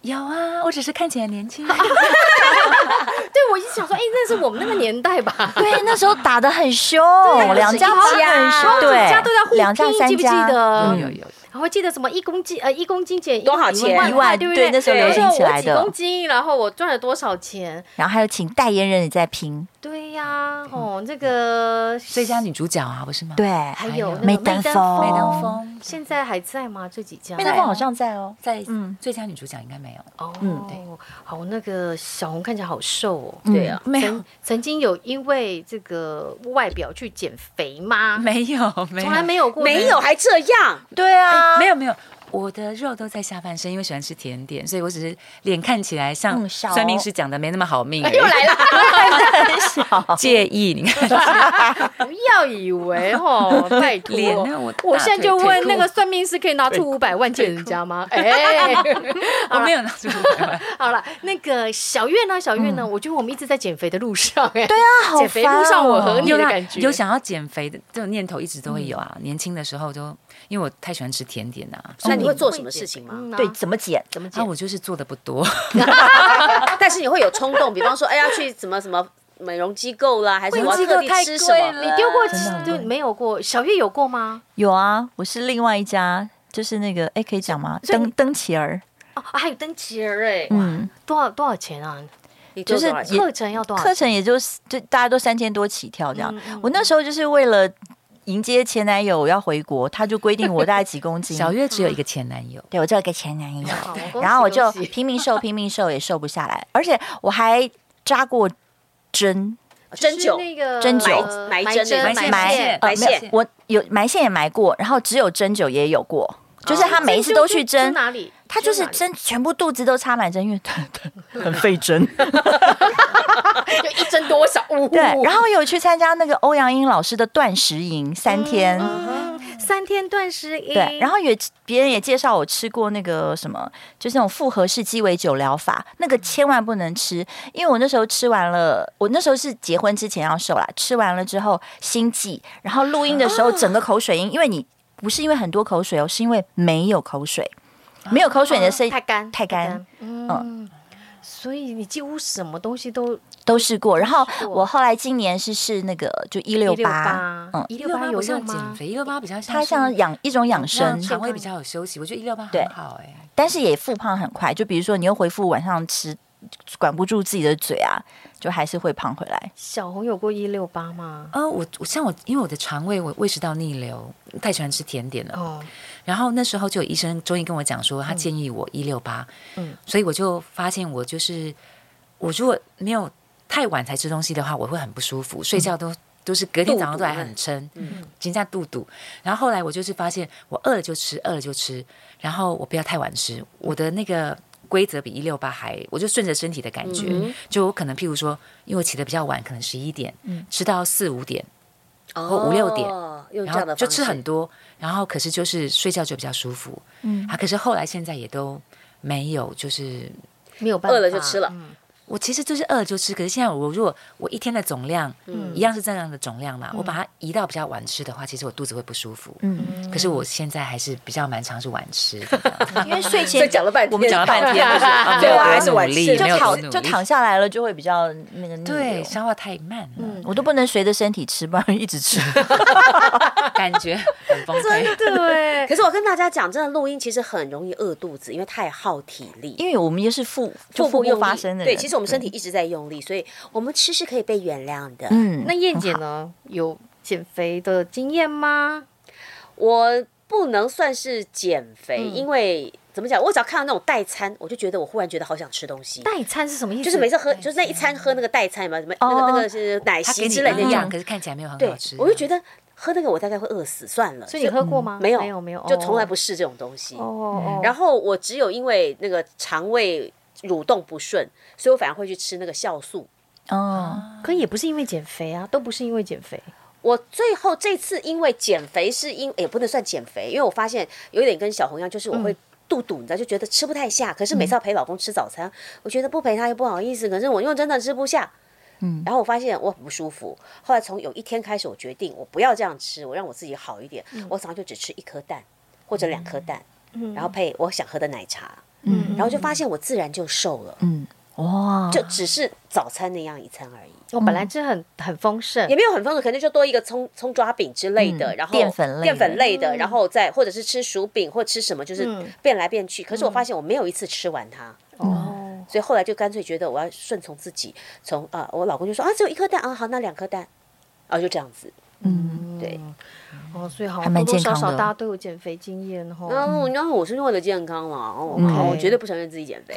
有啊，我只是看起来年轻。对，我一直想说，哎，那是我们那个年代吧？对，那时候打得很凶，哦两家好打几得很凶，好几家都在互拼对，两家三记不记家得 嗯有有，然后记得什么一公斤呃一公斤减多少钱一一万万对不对那时候流行起来的我几公斤，然后我赚了多少钱？然后还有请代言人也在拼，对呀，哦，这个最佳女主角啊，不是吗？对，还有那个梅登峰，梅登峰，现在还在吗？这几家梅登峰好像在哦，在嗯最佳女主角应该没有。哦，嗯对，好，那个小红看起来好瘦哦。嗯对啊，没曾曾经有因为这个外表去减肥吗？没有，没有，哎从来没有过，没有，还这样，对啊，没有没有，我的肉都在下半身，因为喜欢吃甜点，所以我只是脸看起来像嗯小算命师讲的没那么好命而已。又来了，很小，介意你看 不要以为哦，拜托，脸啊，我我大现在腿就腿问裤那个算命师，可以拿出五百万借人家吗？哎，我 没有拿出来。好了，那个小月呢？小月呢？我觉得我们一直在减肥的路上，哎，对对啊，好减肥路上我和烦哦你有的啦感，觉有想要减肥的这种念头一直都会有啊。年轻的时候都因为我太喜欢吃甜点啊，那你会做什么事情吗？嗯啊对，怎么减？怎么那减？我就是做的不多。但是你会有冲动，比方说，哎呀，去什么什么美容机构啦，还是美我容要机特构地太吃什贵么？了你丢过真的很对贵没有过？小月有过吗？有啊，我是另外一家，就是那个哎，可以讲吗？所以登登琪儿，哦，还有登琪儿哎，嗯，多少多少钱啊？你丢就是多少钱也课程要多少课钱？程也就是就大家都三千多起跳这样哦嗯嗯。我那时候就是为了迎接前男友我要回国，他就规定我大概几公斤。小月只有一个前男友，对我就有一个前男友， 好恭喜然后我就恭喜拼命瘦，拼命瘦也瘦不下来，而且我还扎过针，针就是灸那个针灸呃埋埋针针那个埋埋线线呃埋没有线我有埋线也埋过，然后只有针灸也有过，哦就是他每一次都去针。哪里？他就是哪里，针，全部肚子都插满针，因为 很费针。就一针多少？呜对，然后有去参加那个欧阳英老师的断食营三天，嗯三天断食饮，对，然后也别人也介绍我吃过那个什么，就是那种复合式鸡尾酒疗法，那个千万不能吃，因为我那时候吃完了，我那时候是结婚之前要瘦啦，吃完了之后心悸，然后录音的时候整个口水音，因为你不是因为很多口水哦，是因为没有口水，没有口水你的声音太干太干，嗯。所以你几乎什么东西都都试过，然后过我后来今年是试那个就一六八， 168嗯，一一六八有不像用减吗？肥，一六八比较像它像是养一种养生让。肠胃比较有休息。我觉得一六八对很好哎，但是也复胖很快。就比如说，你又回复晚上吃，管不住自己的嘴啊，就还是会胖回来。小红有过一六八吗？呃，我我像我，因为我的肠胃我胃食道逆流，太喜欢吃甜点了。哦，然后那时候就有医生中医跟我讲说，他建议我一六八，嗯所以我就发现我就是我如果没有太晚才吃东西的话，我会很不舒服，睡觉都。都是隔天早上都还很撑，嗯，紧在肚肚。然后后来我就是发现，我饿了就吃，饿了就吃，然后我不要太晚吃。我的那个规则比一六八还，我就顺着身体的感觉，就我可能譬如说，因为我起得比较晚，可能十一点，吃到四五点，哦或五六点用这然样的后就吃方式很多，然后可是就是睡觉就比较舒服，嗯，啊，可是后来现在也都没有，就是没有办法，饿了就吃了嗯我其实就是饿了就吃，可是现在我如果我一天的总量，嗯，一样是这样的总量嘛，我把它移到比较晚吃的话，其实我肚子会不舒服，嗯，可是我现在还是比较蛮常是晚吃的， 因为睡所以前讲了半天，我们讲了半 天就是啊没对有啊，多还是晚努吃力，就没有多躺努就力躺下来了，就会比较那个逆对流消化太慢了，我都不能随着身体吃，不然一直吃。感觉很崩溃。对， 可是我跟大家讲，真的录音其实很容易饿肚子，因为太耗体力。因为我们又是腹就腹部部用力发生的人，对，其实我们身体一直在用力，所以我们吃是可以被原谅的。对嗯那燕姐呢？有减肥的经验吗？我不能算是减肥，嗯因为怎么讲，我只要看到那种代餐，我就觉得我忽然觉得好想吃东西。代餐是什么意思？就是每次喝，就是那一餐喝那个代餐嘛，什么那哦个那个是奶它昔给你之类的一那样，种，可是看起来没有很对好吃。，啊我就觉得喝那个我大概会饿死，算了。所以你喝过吗？没有没有没有，就从来哦不试这种东西。哦哦，然后后我只有因为那个肠胃蠕动不顺，所以我反而会去吃那个酵素。哦，可也不是因为减肥啊，都不是因为减肥。我最后这次因为减肥是因也不能算减肥，因为我发现有点跟小红一样，就是我会肚肚，你知道，就觉得吃不太下。可是每次要陪老公吃早餐，我觉得不陪他又不好意思，可是我又真的吃不下。嗯，然后我发现我很不舒服。后来从有一天开始，我决定我不要这样吃，我让我自己好一点。我早上就只吃一颗蛋或者两颗蛋，然后配我想喝的奶茶，嗯然后就发现我自然就瘦了，嗯，哇，就只是早餐那样一餐而已。我本来就很很丰盛 也，没有很丰富，可能就多一个葱葱抓饼之类的，嗯然后淀粉类的淀粉类的，然后再或者是吃薯饼或吃什么，就是嗯变来变去。可是我发现我没有一次吃完它，哦，所以后来就干脆觉得我要顺从自己，从啊、我老公就说啊，只有一颗蛋啊，好，那两颗蛋，啊，就这样子。嗯，对，哦，所以好还像多蛮多健少康少的大家都有减肥经验然哦。 后，然后我是为了健康嘛，哦，嗯好我绝对不承认自己减肥，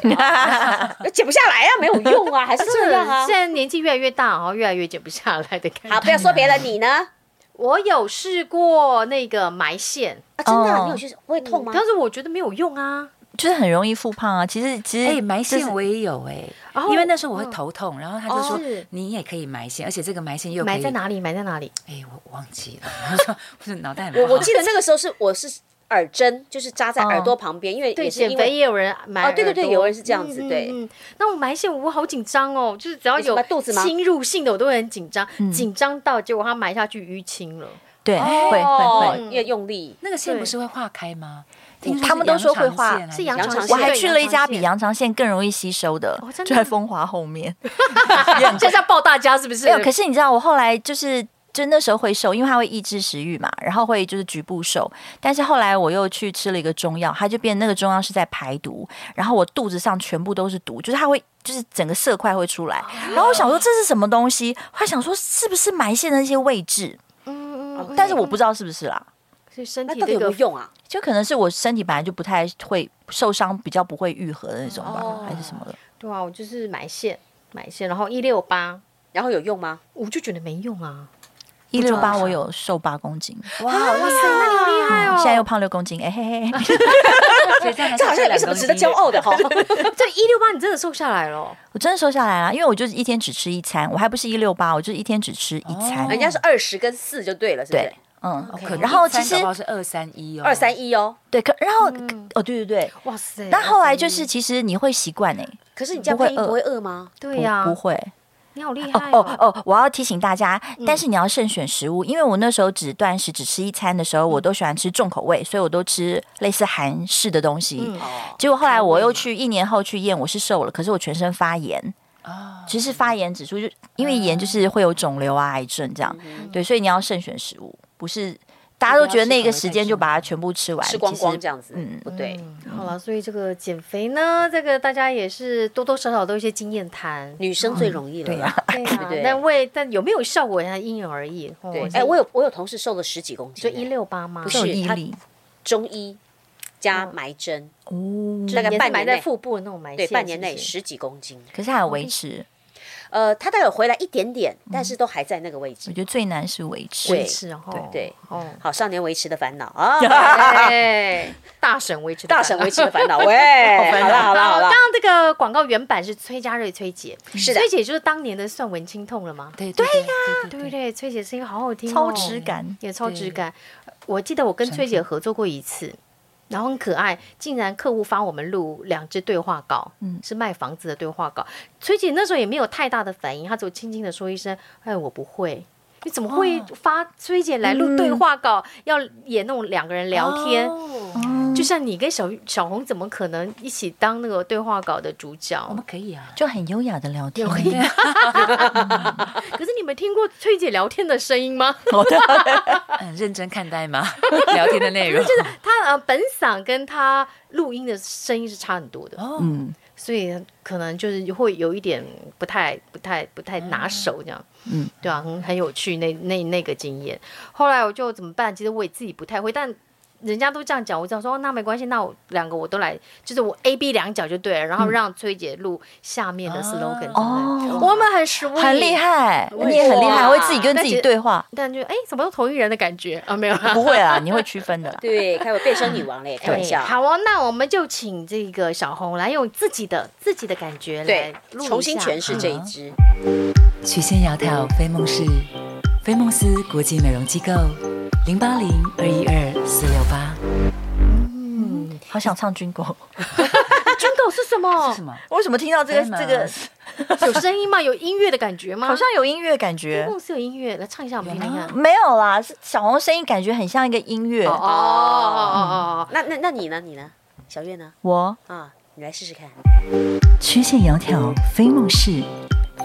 减不下来啊，没有用啊，还是这样啊现。在年纪越来越大，哦，越来越减不下来的感好，觉。不要说别人，你呢？ 我有试过那个埋线，啊，真的啊、哦你有去会痛吗？但是我觉得没有用啊。就是很容易复胖啊。其实其实哎，埋这是线我也有哎哦，因为那时候我会头痛，然后他就哦说是你也可以埋线，而且这个埋线又可以埋在？哪里？埋在哪里？哎，我忘记了，我说我说脑袋很我不我好记得那个时候是我是耳针，就是扎在耳朵旁边，因为对，也是减因肥为也有人埋耳哦朵。对对对有人是这样子嗯对。嗯嗯那我埋线，我好紧张哦，就是只要你什有么肚子吗侵入性的，我都会很紧张，嗯紧张到结果它埋下去淤青了。对，会会会。哦越用力。那个线不对是会化开吗？听他们都说会化是是羊啊羊肠肠线我还对去羊了一肠家线比羊肠线更容易吸收的哦，真的就在风华后面。 这是要抱大家是不是？没有，可是你知道，我后来就是。就那时候会瘦，因为它会抑制食欲嘛，然后会就是局部瘦。但是后来我又去吃了一个中药，它就变那个中药是在排毒，然后我肚子上全部都是毒，就是它会就是整个色块会出啊来。然后我想说这是什么东西，后来想说是不是埋线的那些位置，嗯，嗯哦嗯但是我不知道是不是啦，所以身那体到的底一有没个有用啊？就可能是我身体本来就不太会受伤，比较不会愈合的那种吧，哦还是什么的。对啊，我就是买线买线，然后一六八，然后有用吗？我就觉得没用啊。 一六八我有瘦八公斤，哇，好厉害！那你好厉害哦现在又胖六公斤，哎嘿嘿嘿，所以这样还这好像也没什么值得骄傲的哈。对，一六八你真的瘦下来了，哦我真的瘦下来了，因为我就是一天只吃一餐，我还不是一六八，我就是一天只吃一餐。哦人家是二十跟四就对了，是不是对？，嗯 OK 可能然后其三实搞不好是二三一哦，二三一哦。对，可然后、哦，对对对。哇塞！但后来就是，其实你会习惯哎，可是你这样配音不不会会饿吗？对呀、不不会你好厉哦害哦哦。哦！我要提醒大家，但是你要慎选食物，因为我那时候只断食，只吃一餐的时候，我都喜欢吃重口味，所以我都吃类似韩式的东西。嗯哦，结果后来我又去一年后去验，我是瘦了，可是我全身发炎。其实发炎指数就因为炎就是会有肿瘤啊、癌症这样，对，所以你要慎选食物，不是大家都觉得那个时间就把它全部吃完，吃光光其实这样子，嗯不对。好了，所以这个减肥呢，这个大家也是多多少少都有一些经验谈。女生最容易了，对呀对啊，对但为但有没有效果，还因人而异。哦对。所以哎，我有我有同事瘦了十几公就斤，一六八吗？不这种是毅它力中医加埋针，哦。大概也是半埋年在内，腹部的那种埋线，对，半年是不内是十几公斤。可是还有维持，呃，他大概有回来一点点，但是都还在那个位我置。觉得最难是维持。维对持哦，对 哦，好，少年维持的烦恼啊，对，大神维持的哎大烦神恼维持的烦恼，喂，好了好了好刚了刚，这个广告原版是崔佳瑞崔姐，是的崔姐就是当年的算文青痛了吗？对对呀，对不对？崔姐声音好好听、哦，超质感也超质对感。我记得我跟崔姐合作过一次，然后很可爱，竟然客户发我们录两支对话稿，嗯，是卖房子的对话稿。崔姐那时候也没有太大的反应，她只有轻轻的说一声：“哎，我不会。”你怎么会发崔姐来录对话稿，要演那种两个人聊天？哦嗯就像你跟小小红，怎么可能一起当那个对话稿的主角？我们可以啊，就很优雅的聊天， 可是你们听过崔姐聊天的声音吗？ 哦很嗯认真看待吗？ 聊天的内容就是她呃本嗓跟她录音的声音是差很多的，哦，嗯所以可能就是会有一点不太、不太、不太拿手这样。嗯，对啊，很很有趣那那那个经验。后来我就怎么办？其实我也自己不太会，但人家都这样讲，我这样说、哦那没关系，那我两个我都来，就是我 A B 两脚就对了，嗯然后让崔姐录下面的 slogan 出啊来、哦我们很 sweet，很厉。害，我你也很厉害，哇会自己跟自己对 话，但就哎，怎么都同一人的感觉啊？没有啦，不会啊，你会区分的啦。对，开我变身女王嘞，开玩对笑。好哦，那我们就请这个小红来用自己的自己的感觉来对，录一重新下诠释这一嗯支。曲线窈窕非梦是菲梦思国际美容机构，零八零二一二四六八。好想唱军狗，啊军狗是什么？ 什么？为什么听到这个哎妈这个有声音吗？有音乐的感觉吗？好像有音乐感觉？梦是有音乐，来唱一下我们听听看。没有啦，是小红声音感觉很像一个音乐。哦哦哦那那那你呢？你呢？小月呢？我啊，你来试试看。曲线窈窕非梦是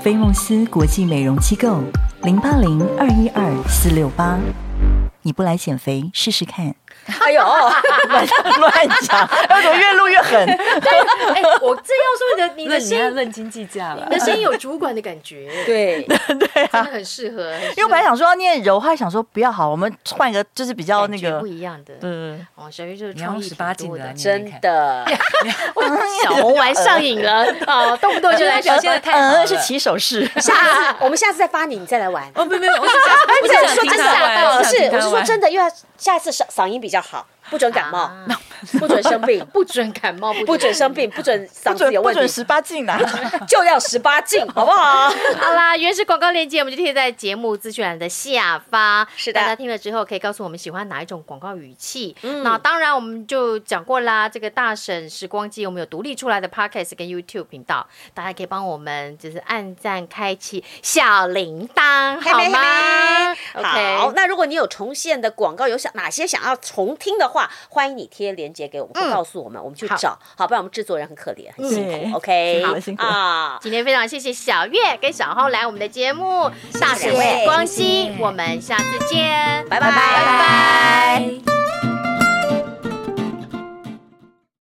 菲梦思国际美容机构零八零二一二四六八，你不来减肥试试看？哎呦，乱 乱讲，哎怎么越录越 狠？哦！哎，我这要说你的 你的声音，论斤计较了你的声音有主管的感觉，对，真的很适合。很适合因为我本来想说要念柔，后来想说不要好，我们换一个就是比较感那觉个不，一样的。嗯，哦，小月就是你要创用意十八挺禁多的啊， 的，你真的，小红玩上瘾了哦，动不动 就来表啊现呃的太好了。嗯是起 手式，下次我们下次再发你，你再来玩。哦，没有没有，我是想，我是想说听真的他吓到玩，了，我是想听我他是说玩真的，又要下一次嗓嗓音比较好，不准感冒， 啊不准生病，不准感冒，不准生病，不准嗓不子准有不问准题，十 八禁啊！就要十八禁，好不好？好啦，原始广告链接我们就贴在节目资讯栏的下方。是的大家听了之后可以告诉我们喜欢哪一种广告语气。嗯那当然我们就讲过啦，这个大婶时光机我们有独立出来的 podcast 跟 YouTube 频道，大家可以帮我们就是按赞、开启小铃铛，嘿好妹吗嘿妹好， ？OK。那如果你有重现的广告，有想哪些想要重听的话，欢迎你贴链接给我们，或告诉我们，我们去好找，好，不然我们制作人很可怜，很辛对苦。OK，辛苦辛苦啊，今天非常谢谢小月跟小浩来我们的节目《大婶两位时光机》，我们下次见，拜拜拜拜